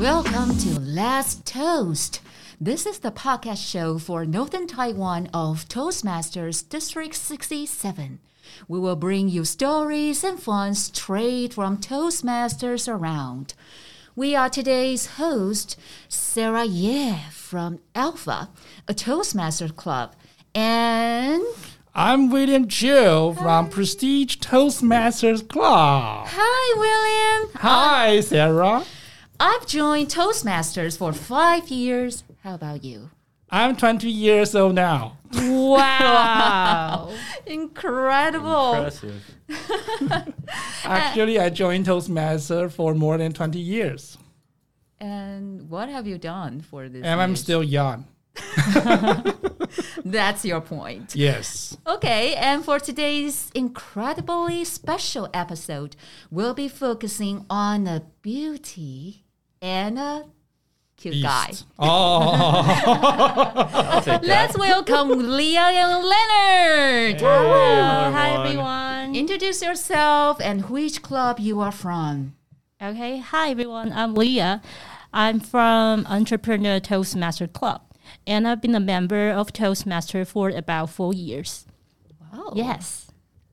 Welcome to Last Toast. This is the podcast show for Northern Taiwan of Toastmasters District 67. We will bring you stories and fun straight from Toastmasters around. We are today's host, Sarah Ye from Alpha, a Toastmaster club, and I'm William Chiu from Prestige Toastmasters Club. Hi, William. Hi, Sarah. I've joined Toastmasters for five years. How about you? I'm 20 years old now. Wow. Incredible. Impressive. Actually, I joined Toastmasters for more than 20 years, And what have you done for this? and I'm years? still young. That's your point. Yes. Okay, and for today's incredibly special episode, we'll be focusing on a beauty and a cute guy. Beast. Oh, I'll take that. Let's welcome Leo and Leonard. Hello, hi everyone. Introduce yourself and which club you are from. Okay, hi everyone. I'm Leah. I'm from Entrepreneur Toastmaster Club, and I've been a member of Toastmaster for about four years. Wow. Yes.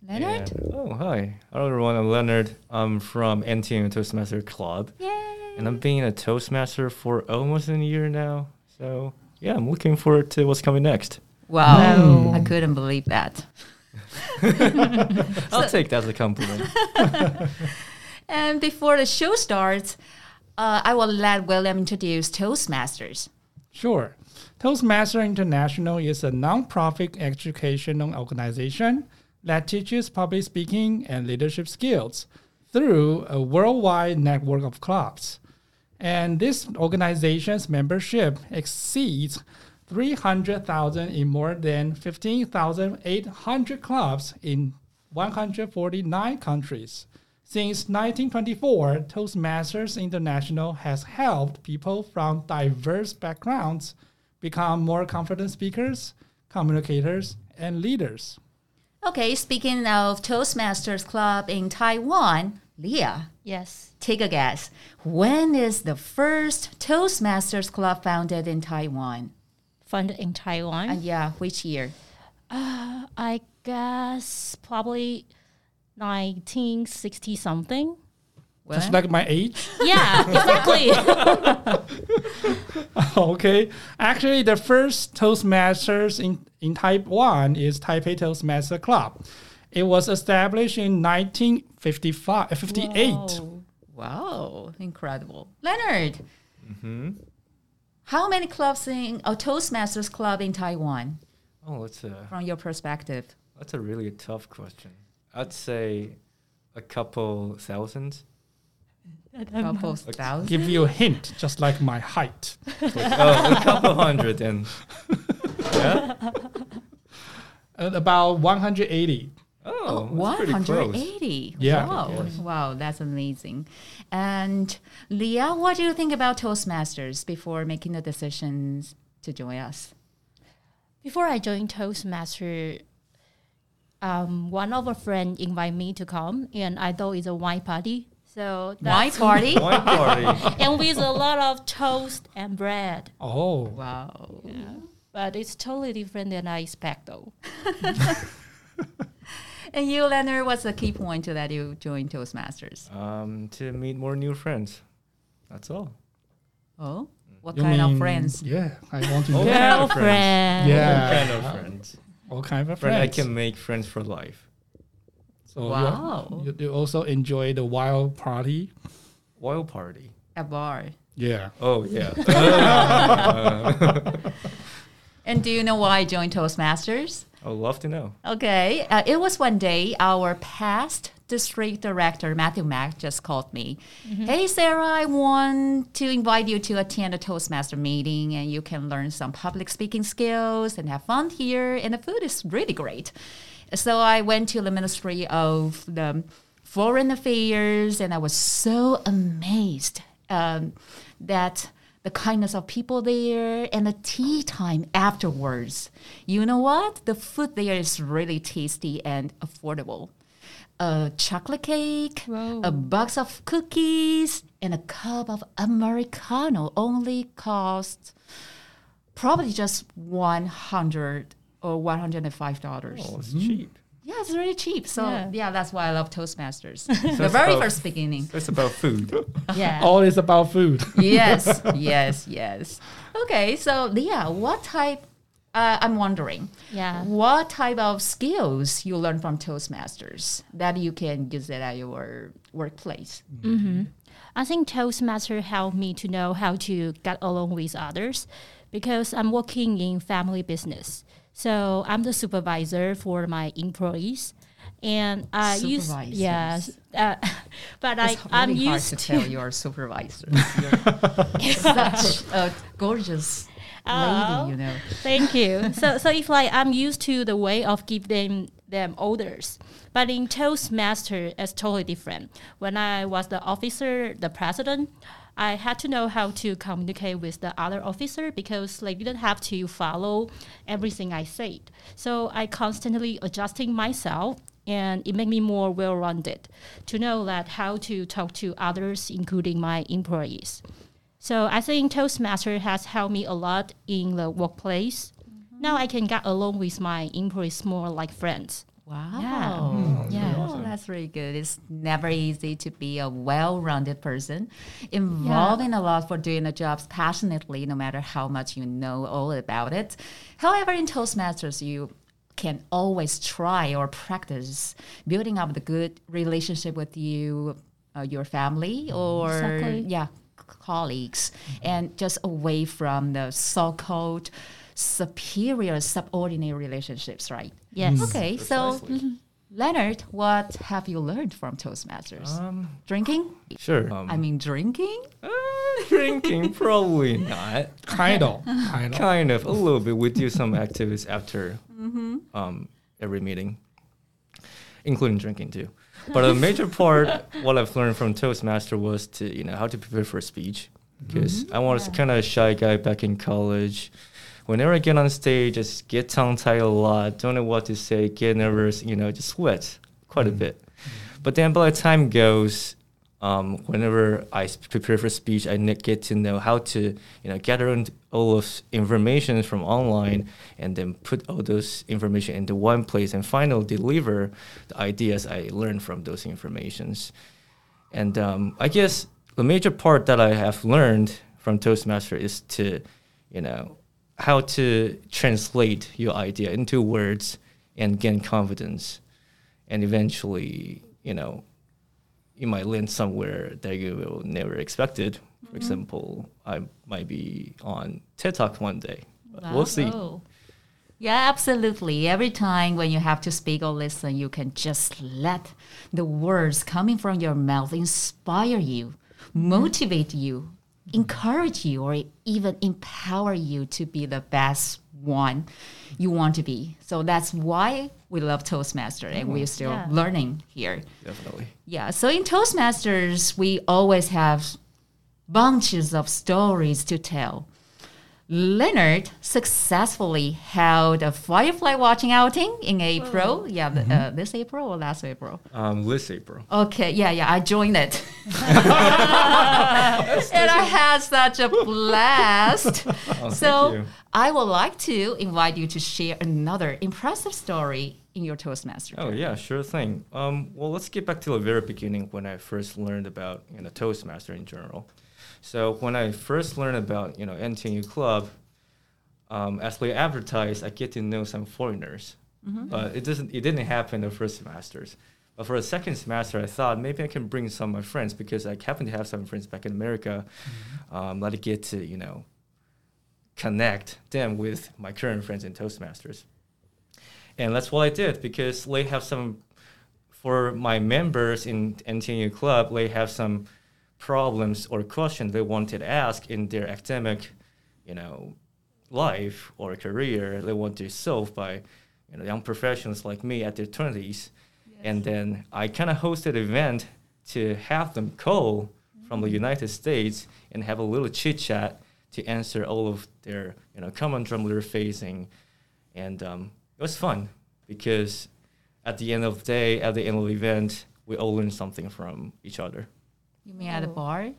Leonard? Yeah. Oh, hi. Hello, everyone. I'm Leonard. I'm from NTM Toastmaster Club. Yay. And I'm being a Toastmaster for almost a year now. So, yeah, I'm looking forward to what's coming next. Wow. I couldn't believe that. I'll take that as a compliment. And before the show starts, uh, I will let William introduce Toastmasters. sure. Toastmasters International is a non-profit educational organization that teaches public speaking and leadership skills through a worldwide network of clubs. and this organization's membership exceeds 300,000 in more than 15,800 clubs in 149 countries. Since 1924, Toastmasters International has helped people from diverse backgrounds become more confident speakers, communicators, and leaders. Okay, speaking of Toastmasters Club in Taiwan, Leah, Yes. take a guess. When is the first Toastmasters Club founded in Taiwan? Funded in Taiwan. And yeah, which year? Uh, I guess probably 1960 something. Just Well, like my age. Yeah, exactly. Okay. Actually, the first Toastmasters in, in Taiwan is Taipei Toastmaster Club. It was established in 1955, uh, 58. Whoa. wow, incredible. Leonard, how many clubs in a Toastmasters Club in Taiwan oh, that's a, from your perspective? that's a really tough question. I'd say a couple thousand. Couple thousand? Give you a hint, just like my height. Like, oh, a couple hundred and. Yeah? At about 180. Oh, that's pretty close. 180. Yeah. Wow. Yes. Wow, that's amazing. And Leah, what do you think about Toastmasters before making the decisions to join us? Before I joined Toastmaster, um, one of our friends invited me to come, and I thought it's a wine party. So Wine that's party? Wine party. and with a lot of toast and bread. Oh. wow. But it's totally different than I expect, though. And you, Leonard, what's the key point to that you joined Toastmasters? Um, to meet more new friends. That's all. Oh, what You kind mean- of friends? Yeah, I want to know. Oh. Yeah. kind of friends. Yeah. kind of friends. All kind of Friend I friends. can make friends for life. so you- Wow. You, you also enjoy the wild party. Wild party. A bar. Yeah. Oh yeah. And do you know why I joined Toastmasters? I would love to know. Okay. Uh, it was one day our past district director, Matthew Mack, just called me. Hey, Sarah, I want to invite you to attend a Toastmaster meeting and you can learn some public speaking skills and have fun here. And the food is really great. So I went to the Ministry of the Foreign Affairs and I was so amazed um, that the kindness of people there and the tea time afterwards. You know what? The food there is really tasty and affordable. a chocolate cake, Wow. a box of cookies, and a cup of Americano only cost probably just 100 or $105. Oh, it's cheap. Yeah, it's really cheap. So Yeah. yeah, that's why I love Toastmasters. the it's very about- first beginning. It's about food. Yeah. All is about food. yes, yes, yes. Okay, so Leah, what type? Uh, I'm wondering. Yeah. What type of skills you learn from Toastmasters that you can use it at your workplace? I think Toastmaster helped me to know how to get along with others because I'm working in family business. So I'm the supervisor for my employees. And I use Supervisors. yes, uh, but I it's really I'm hard used to, to tell your supervisor. You're such a gorgeous Oh. lady, you know. Thank you. So, so if like I'm used to the way of give them them orders, but in Toastmaster it's totally different. When I was the officer, the president, I had to know how to communicate with the other officer because they didn't have to follow everything I said. So I constantly adjusting myself. And it made me more well-rounded to know that how to talk to others, including my employees. So I think Toastmaster has helped me a lot in the workplace. Now I can get along with my employees more like friends. Wow. Yeah. Yeah, Mm-hmm. that's really good. It's never easy to be a well-rounded person, involving a lot for doing the jobs passionately, no matter how much you know all about it. However, in Toastmasters, you can always try or practice building up the good relationship with you, uh, your family, or Exactly. yeah, c- colleagues, and just away from the so-called superior subordinate relationships, right? Yes. Okay, so Mm. Precisely. mhm. Leonard, what have you learned from Toastmasters? Um, drinking? sure. Um, I mean, drinking? uh, drinking probably not. kind of. Kind of. Kind of a little bit. We do some activities after um, every meeting, including drinking too. But a major part, what I've learned from Toastmaster was to you know how to prepare for a speech because I was kind of a shy guy back in college. Whenever I get on stage, just get tongue tied a lot. Don't know what to say. Get nervous. You know, just sweat quite a bit. But then by the time goes, um, whenever I s- prepare for speech, I ne- get to know how to, you know, gather in all of s- information from online and then put all those information into one place and finally deliver the ideas I learned from those informations. And um, I guess the major part that I have learned from Toastmaster is to, you know, how to translate your idea into words and gain confidence. And eventually, you know, you might land somewhere that you will never expected. For example, I might be on TED Talk one day. But We'll see. Oh. Oh. Yeah, absolutely. Every time when you have to speak or listen, you can just let the words coming from your mouth inspire you, motivate you, Mm-hmm. encourage you, or even empower you to be the best one you want to be. So that's why we love Toastmaster and we're still Mm-hmm. Yeah. learning here. Definitely. Yeah, so in Toastmasters, we always have bunches of stories to tell. Leonard successfully held a firefly watching outing in April. Yeah, th- Mm-hmm. uh, this April or last April? Um, let's say, bro. Okay, yeah, yeah, I joined it. and I had such a blast. so Oh, you. I would like to invite you to share another impressive story in your Toastmaster. Oh yeah, sure thing. Um, well, let's get back to the very beginning when I first learned about you know Toastmaster in general. So when I first learned about you know NTNU Club, um, as they advertised, I get to know some foreigners. But it doesn't. It didn't happen the first semesters. But for the second semester, I thought maybe I can bring some of my friends because I happen to have some friends back in America. Um, let it get to you know connect them with my current friends in Toastmasters. And that's what I did because they have some, for my members in NTNU Club, they have some problems or questions they wanted to ask in their academic, you know, life or career they want to solve by, you know, young professionals like me at their 20s. And then I kind of hosted an event to have them call from the United States and have a little chit chat to answer all of their, you know, common drum they're facing and um, it was fun because at the end of the day, at the end of the event, we all learn something from each other You mean at the Oh. bar?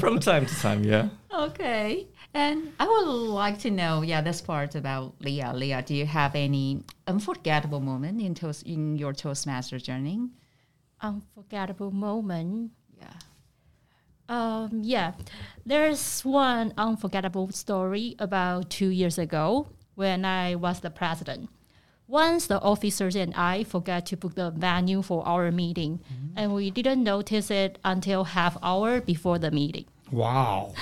from time to time. Yeah. Okay. And I would like to know, yeah, this part about Leah. Leah, do you have any unforgettable moment in toast in your Toastmaster journey? Unforgettable moment. Yeah. Um, yeah, there's one unforgettable story about two years ago when I was the president. Once the officers and I forgot to book the venue for our meeting, and we didn't notice it until half hour before the meeting. Wow.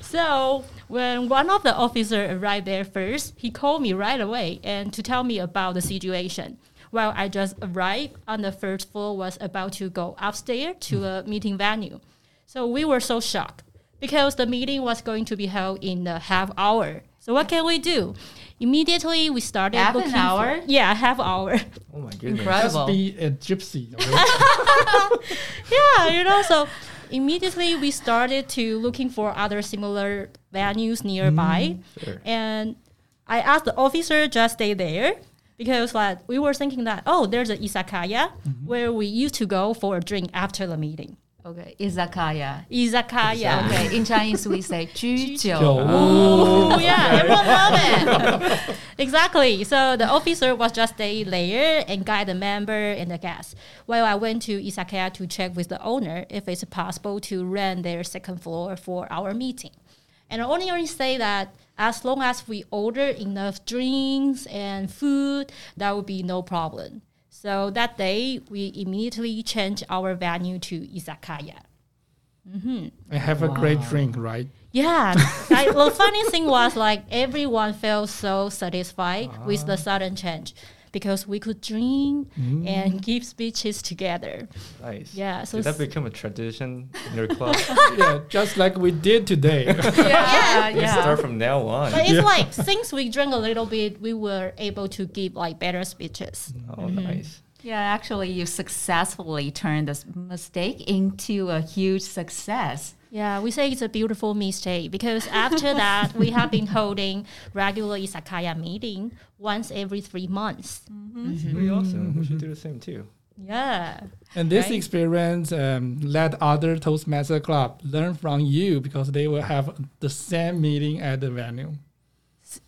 So when one of the officer arrived there first, he called me right away and to tell me about the situation. Well, I just arrived on the first floor, was about to go upstairs to a meeting venue. So we were so shocked because the meeting was going to be held in a half hour. So what can we do? Immediately we started Half an looking hour? For, yeah, half hour. Oh my goodness. Just Incredible. be a gypsy. okay? yeah, you know, so immediately we started to looking for other similar venues nearby. Sure. And I asked the officer just stay there because like we were thinking that oh there's an izakaya where we used to go for a drink after the meeting. Okay. Izakaya. Izakaya. Okay. In Chinese we say 居酒. So, Oh yeah, everyone love it. exactly. So the officer was just stay there and guide the member and the guests. While I went to Izakaya to check with the owner if it's possible to rent their second floor for our meeting. And the owner say that as long as we order enough drinks and food, that would be no problem. So that day, we immediately changed our venue to Izakaya. I have a great drink, right? Yeah, I, the funny thing was like everyone felt so satisfied with the sudden change because we could drink and give speeches together. Nice. Yeah, so Did that s- become a tradition in your club? yeah, just like we did today. Yeah. We yeah. start from now on. But it's like since we drank a little bit, we were able to give like better speeches. Oh, nice. Yeah, actually you successfully turned this mistake into a huge success. Yeah, we say it's a beautiful mistake because after that, we have been holding regular izakaya meeting once every three months. Mhm. It's pretty awesome. We should do the same too. Yeah. And this Right. experience um, let other Toastmaster Club learn from you because they will have the same meeting at the venue.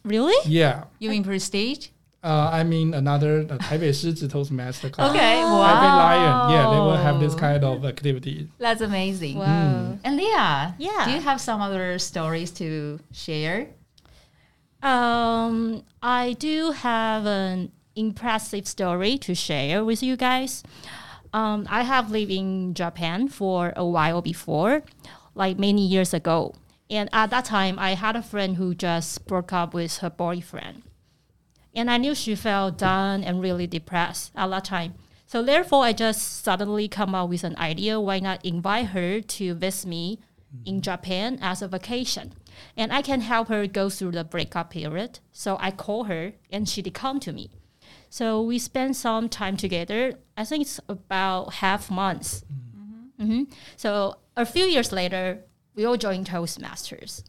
Really? Yeah. You mean prestige? Uh, I mean, another uh, Taipei Shiji Toastmaster Club. Okay. Taipei Wow. Lion. Yeah, they will have this kind of activity. That's amazing. Wow. And Leah, Yeah. do you have some other stories to share? Um, I do have an impressive story to share with you guys. Um, I have lived in Japan for a while before, like many years ago. And at that time, I had a friend who just broke up with her boyfriend. And I knew she felt down and really depressed at that time. So therefore, I just suddenly come up with an idea why not invite her to visit me in Japan as a vacation. And I can help her go through the breakup period. So I call her and she did come to me. So we spent some time together. I think it's about half months. Mhm. So a few years later, we all joined Toastmasters.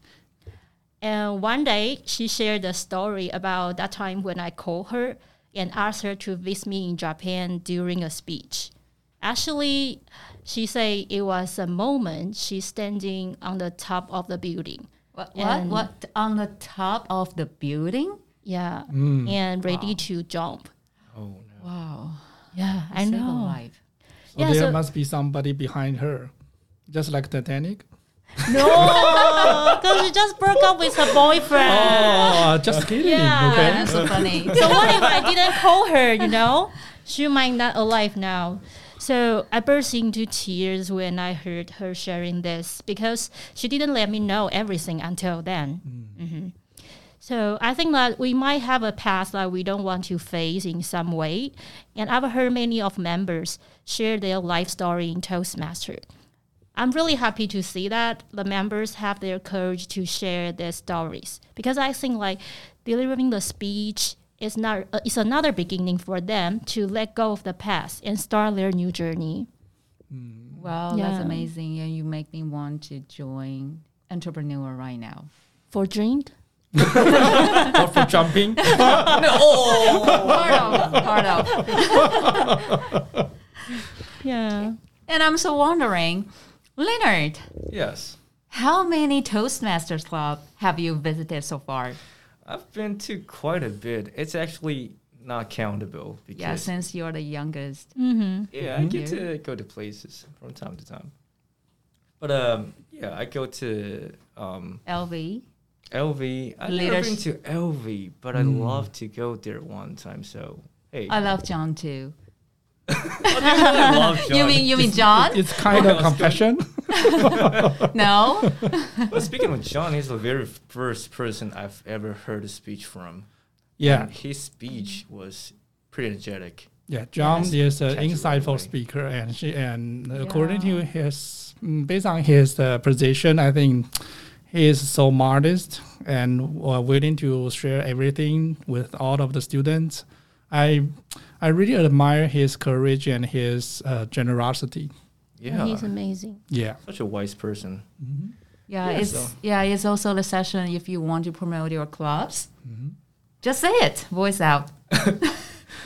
And one day, she shared a story about that time when I called her and asked her to visit me in Japan during a speech. Actually, she said it was a moment she's standing on the top of the building. What, what, And- what on the top of the building? Yeah. Mm. And ready to jump. Oh, Wow. Yeah, I Save a know. life. So Yeah, there so- must be somebody behind her, just like Titanic. No, because uh, she just broke up with her boyfriend. Oh, just kidding. Yeah. Okay. That's so funny. So what if I didn't call her, you know? She might not alive now. So I burst into tears when I heard her sharing this because she didn't let me know everything until then. Mhm. So I think that we might have a past that we don't want to face in some way. And I've heard many of members share their life story in Toastmaster. I'm really happy to see that the members have their courage to share their stories because I think like delivering the speech is not uh, is another beginning for them to let go of the past and start their new journey. Wow, Yeah. that's amazing. And you make me want to join entrepreneur right now. For drink, or for jumping. part of, part of. Yeah. And I'm so wondering, Leonard, Yes. how many Toastmasters club have you visited so far? I've been to quite a bit. It's actually not countable because Yeah, since you're the youngest. Yeah, I get Yeah. to go to places from time to time. But um, yeah, I go to um, LV. LV. I've never been to Leadership. LV, but I love to go there one time. So hey, I love John too. I love You John. mean you mean John? It's kind of confession. no? But speaking of John, he's the very first person I've ever heard a speech from. Yeah, And his speech was pretty energetic. yeah. John is an Catchy insightful way. speaker, and she and according to his, mm, based on his uh, position, I think he is so modest and uh, willing to share everything with all of the students. I, I really admire his courage and his uh, generosity. Yeah, He's amazing. Yeah. such a wise person. Yeah, Yeah, it's so- yeah, it's also the session if you want to promote your clubs. Mm-hmm. Just say it, voice out.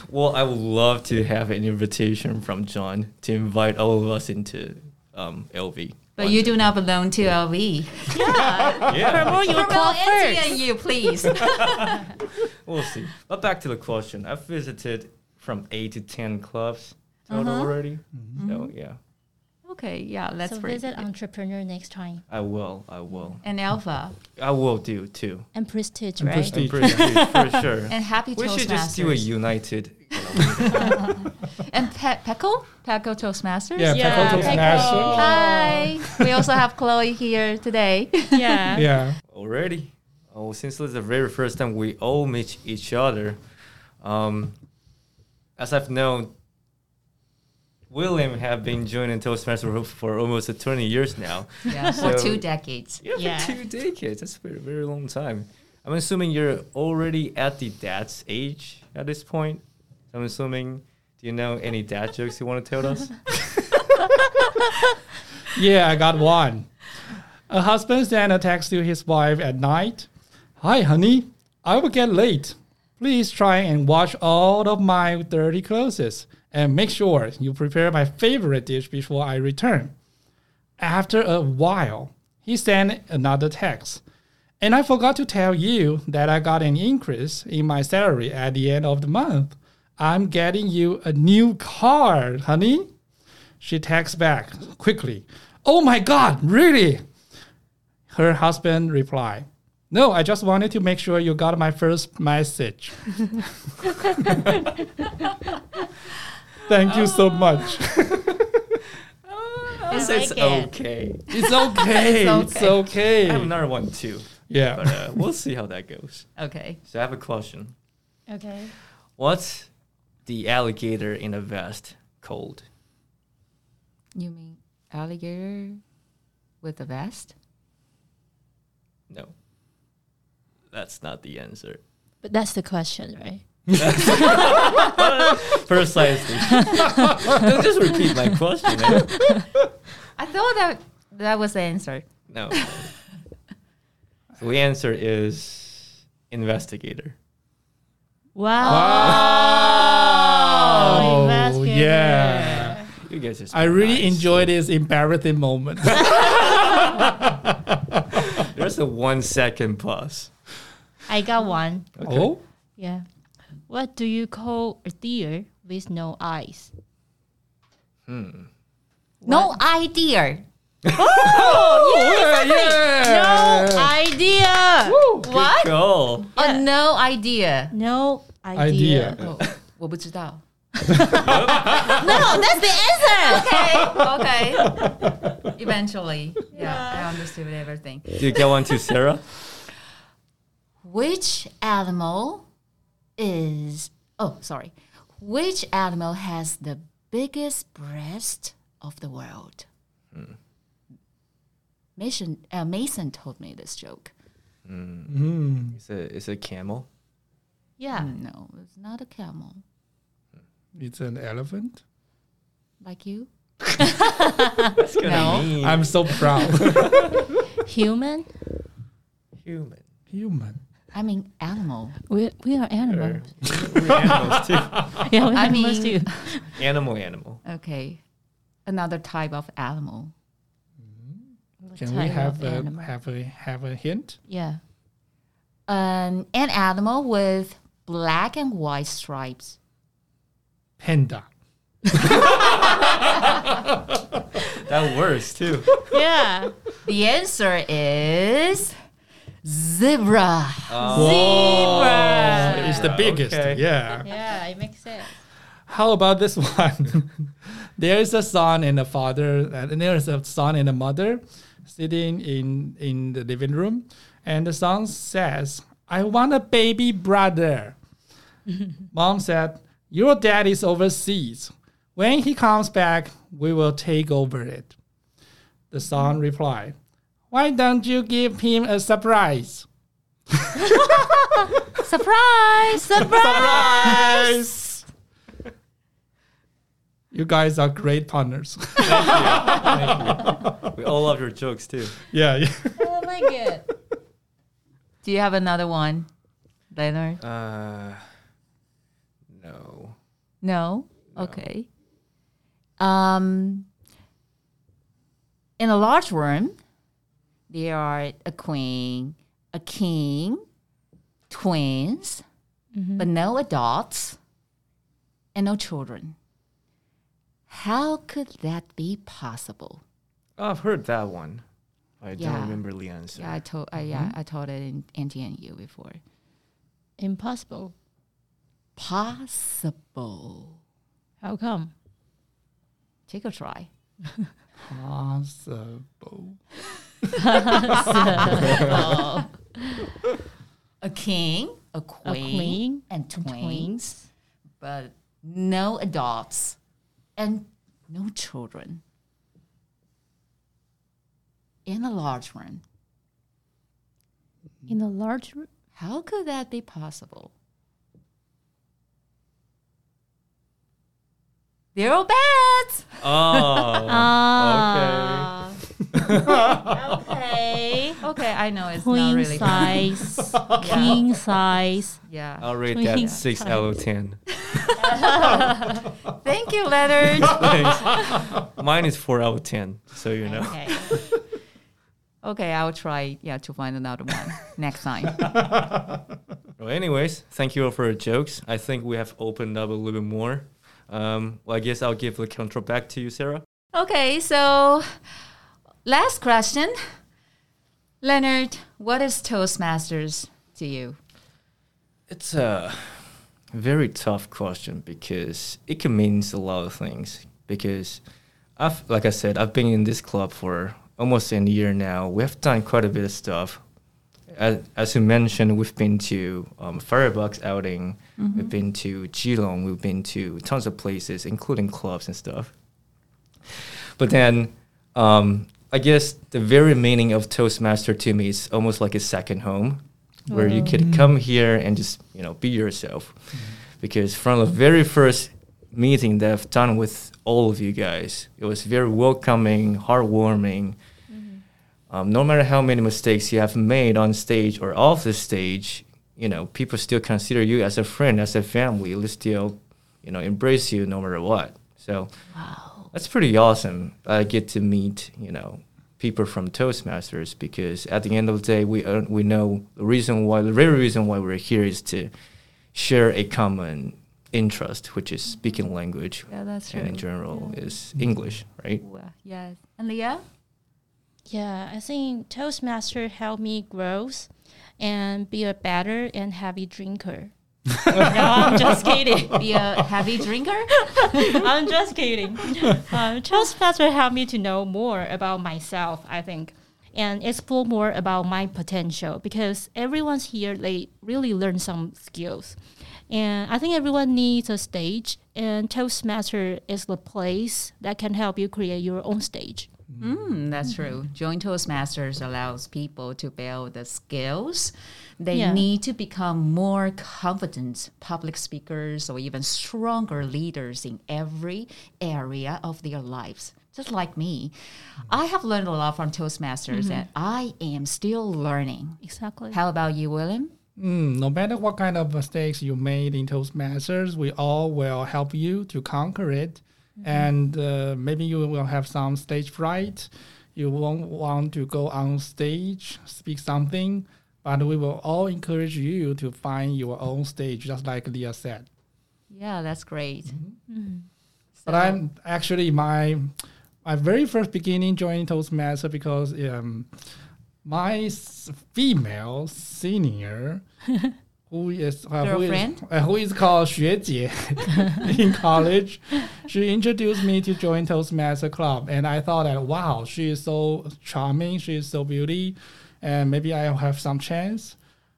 Well, I would love to have an invitation from John to invite all of us into um, LV. But one you day. do not belong to LV. Oh, Promote your club Promote first. NTNU, please. We'll see. But back to the question. I've visited from eight to ten clubs total Uh-huh. already. So yeah, okay, yeah, let's so break visit it. entrepreneur next time I will. I will. and Alpha I will do too. and prestige, And right? prestige. I'm pretty sure, for sure. and Happy We Toastmasters. should just do a united. And Pe- Peckle? Peckle Toastmasters? Yeah, Yeah, Peckle Peckle. Toastmasters. Hi. we also have Chloe here today. Yeah. Yeah. already. Oh, since it's the very first time we all meet each other, um, as I've known, William have been joining Toastmasters for almost 20 years now. yeah, for So- two decades. Yeah, for Yeah. two decades. That's a very, very long time. I'm assuming you're already at the dad's age at this point. I'm assuming. Do you know any dad jokes you want to tell us? Yeah, I got one. A husband sent a text to his wife at night. Hi, honey. I will get late. Please try and wash all of my dirty clothes and make sure you prepare my favorite dish before I return. After a while, he sent another text. And I forgot to tell you that I got an increase in my salary at the end of the month. I'm getting you a new car, honey. She texts back quickly, Oh my God, really? Her husband replied, No, I just wanted to make sure you got my first message. Thank you so much. It's it's okay. It's okay. It's it's okay. I have another one too, but Yeah. uh, we'll see how that goes. Okay. So I have a question. Okay. What's the alligator in a vest called? You mean alligator with a vest? No, that's not the answer. But that's the question, right? Precisely. Don't just repeat my question. eh? man. I thought that that was the answer. No. So the answer is investigator. Wow. Oh, investigator. yeah. You guys are. I really nice. enjoy this embarrassing moment. There's a one second pause. I got one. Oh, Yeah. What do you call a deer with no eyes? No idea. yeah, yeah. No idea. What? Go. Oh, no idea. No idea. Idea. Oh, 我不知道. No, that's the answer. okay. Okay. Eventually. Yeah, I understood everything. Do you get one to Sarah? Which animal is. Oh, sorry. Which animal has the biggest breast of the world? Hmm. Mason, uh, Mason told me this joke. It's a it's a camel. Yeah. Hmm, No, it's not a camel. It's an elephant. Like you? That's gonna No. mean I'm so proud. Human. human. Human. I mean, animal. We, we are animals. We're animals too. Yeah, we I are animals mean- too. Animal, animal. Okay. Another type of animal. Can we Type have uh, of a animal. have a have a hint? Yeah. An, Um, an animal with black and white stripes. Panda. That works too. yeah. The answer is zebra. Zebra. It's the biggest. Okay. Yeah. Yeah, it makes sense. How about this one? there is a son and a father, and there is a son and a mother sitting in in the living room, and the son says, "I want a baby brother." Mom said, "Your dad is overseas. When he comes back, we will take over it." The son replied, "Why don't you give him a surprise?" Surprise! Surprise! You guys are great partners. We all love your jokes too. yeah, yeah. Oh my god. Do you have another one, Leonard? Uh, no. No? Okay. Um, in a large room, there are a queen, a king, twins, but no adults, and no children. How could that be possible? Oh, I've heard that one. I Yeah. don't remember the answer. Yeah, I told. I, yeah, I told it in NTNU before. Impossible. Possible. How come? Take a try. Possible. A king, a queen, queen, and, twins, but no adults and no children. In a large room. In a large room. How could that be possible? There are bats. Oh, Ah. Okay. Okay, I know it's not Queen really. size, king size. Yeah. I'll rate that Twins. six out of ten. Thank you, Leonard. Mine is four out of ten. So you know. Okay. okay, I'll try. Yeah, to find another one next time. Well, anyways, thank you all for your jokes. I think we have opened up a little bit more. Um, well, I guess I'll give the control back to you, Sarah. Okay, so last question. Leonard, what is Toastmasters to you? It's a very tough question because it can mean a lot of things. Because I've, like I said, I've been in this club for almost a year now. We have done quite a bit of stuff. As, as you mentioned, we've been to um, Firebox outing, we've been to Geelong, we've been to tons of places, including clubs and stuff. But then, um, I guess the very meaning of Toastmaster to me is almost like a second home, where you could come here and just you know be yourself. Because from the very first meeting that I've done with all of you guys, it was very welcoming, heartwarming. Um, no matter how many mistakes you have made on stage or off the stage, you know people still consider you as a friend, as a family. They still, you know, embrace you no matter what. So that's pretty awesome. I get to meet you know people from Toastmasters because at the end of the day, we uh, we know the reason why the real reason why we're here is to share a common interest, which is speaking language. Yeah, that's And in general, is English, right? Wow, uh, Yes. And Leah? Yeah, I think Toastmaster helped me grow and be a better and heavy drinker. no, I'm just kidding. Be a heavy drinker? I'm just kidding. Um, Toastmaster helped me to know more about myself, I think, and explore more about my potential because everyone's here, they really learn some skills. And I think everyone needs a stage, and Toastmaster is the place that can help you create your own stage. Mm, that's true. Joint Toastmasters allows people to build the skills they Yeah. need to become more confident public speakers or even stronger leaders in every area of their lives. Just like me, I have learned Mm-hmm. a lot from Toastmasters and I am still learning. Exactly. How about you, William? Mm, no matter what kind of mistakes you made in Toastmasters, we all will help you to conquer it. And uh, maybe you will have some stage fright. You won't want to go on stage, speak something, but we will all encourage you to find your own stage, just like Leah said. Yeah, that's great. Mm-hmm. Mm-hmm. But I'm actually my my very first beginning joining Toastmaster because um, my s- female senior who is uh, who is, Girlfriend? uh, who is called 学姐 in college, she introduced me to join Toastmaster club, and I thought that wow, she is so charming, she is so beauty, and maybe I will have some chance.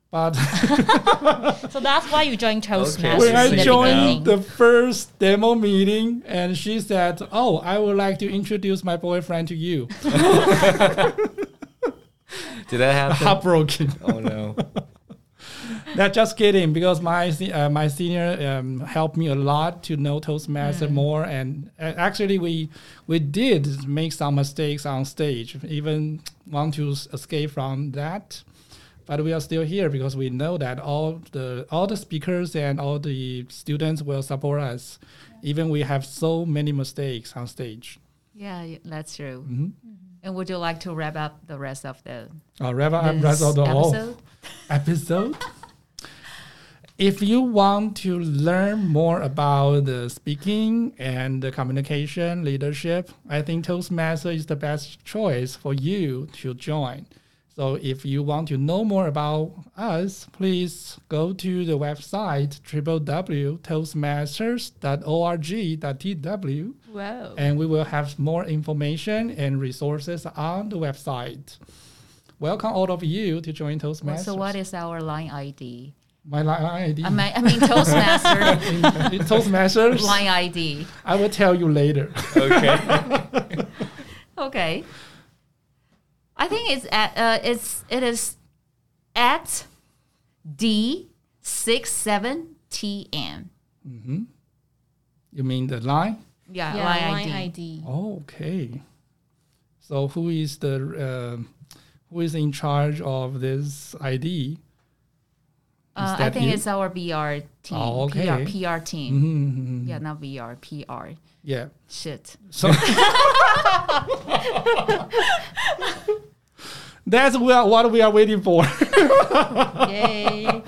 But So that's why you joined Toastmasters. when I in the joined beginning. the first demo meeting, and she said, "Oh, I would like to introduce my boyfriend to you." Did that happen? Heartbroken. oh no. Not just kidding, because my se- uh, my senior um, helped me a lot to know Toastmaster more, and uh, actually we we did make some mistakes on stage, even want to s- escape from that, but we are still here because we know that all the all the speakers and all the students will support us, even we have so many mistakes on stage. Yeah, y- that's true. Mm-hmm. Mm-hmm. And would you like to wrap up the rest of the Uh, Reva, I'm this Razzle the Wolf. episode? episode. if you want to learn more about the speaking and the communication leadership, I think Toastmaster is the best choice for you to join. So if you want to know more about us, please go to the website www.toastmasters.org.tw Wow. and we will have more information and resources on the website. Welcome all of you to join Well, Toastmasters. so what is our line ID? My line ID. I mean, I mean Toastmaster Toastmasters. line ID. I will tell you later. Okay. Okay. I think it's at uh, it's it is at D 67 TM. You mean the line? Oh, Yeah, Yeah, line, line ID. ID. Okay. So who is the um who is in charge of this ID? Uh, Is I that think you? it's our BR team. Oh, okay. Mm-hmm, PR, PR team. Yeah, not VR, PR. Yeah. Shit. So that's wha- what we are waiting for. Yay.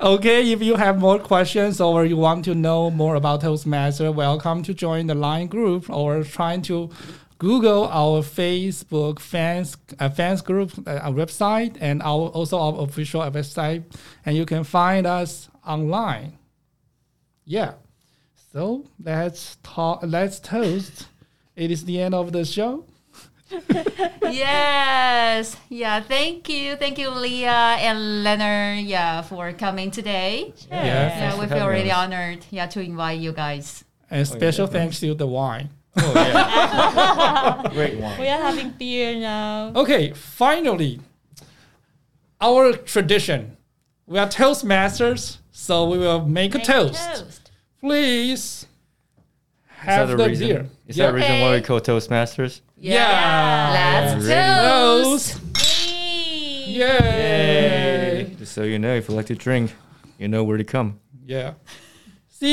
Okay, if you have more questions or you want to know more about Toastmaster, welcome to join the line group or trying to Google our Facebook fans uh, fans group uh, our website and our also our official website, and you can find us online. Yeah, so let's talk. Let's toast. It is the end of the show. yes. Yeah. Thank you. Thank you, Leah and Leonard. Yeah, for coming today. Yeah, Yeah, we feel really honored. Yeah, to invite you guys. and special yeah. thanks to the wine. Oh yeah. Great one. we are having beer now. Okay, finally, our tradition. We are Toastmasters, so we will make a toast. Please Is have that the the reason? beer. Is that the reason why we Hey. call Toastmasters? Yeah. Yeah. Let's Ready. toast. Yay. Yay! Just so you know, if you like to drink, you know where to come. Yeah. See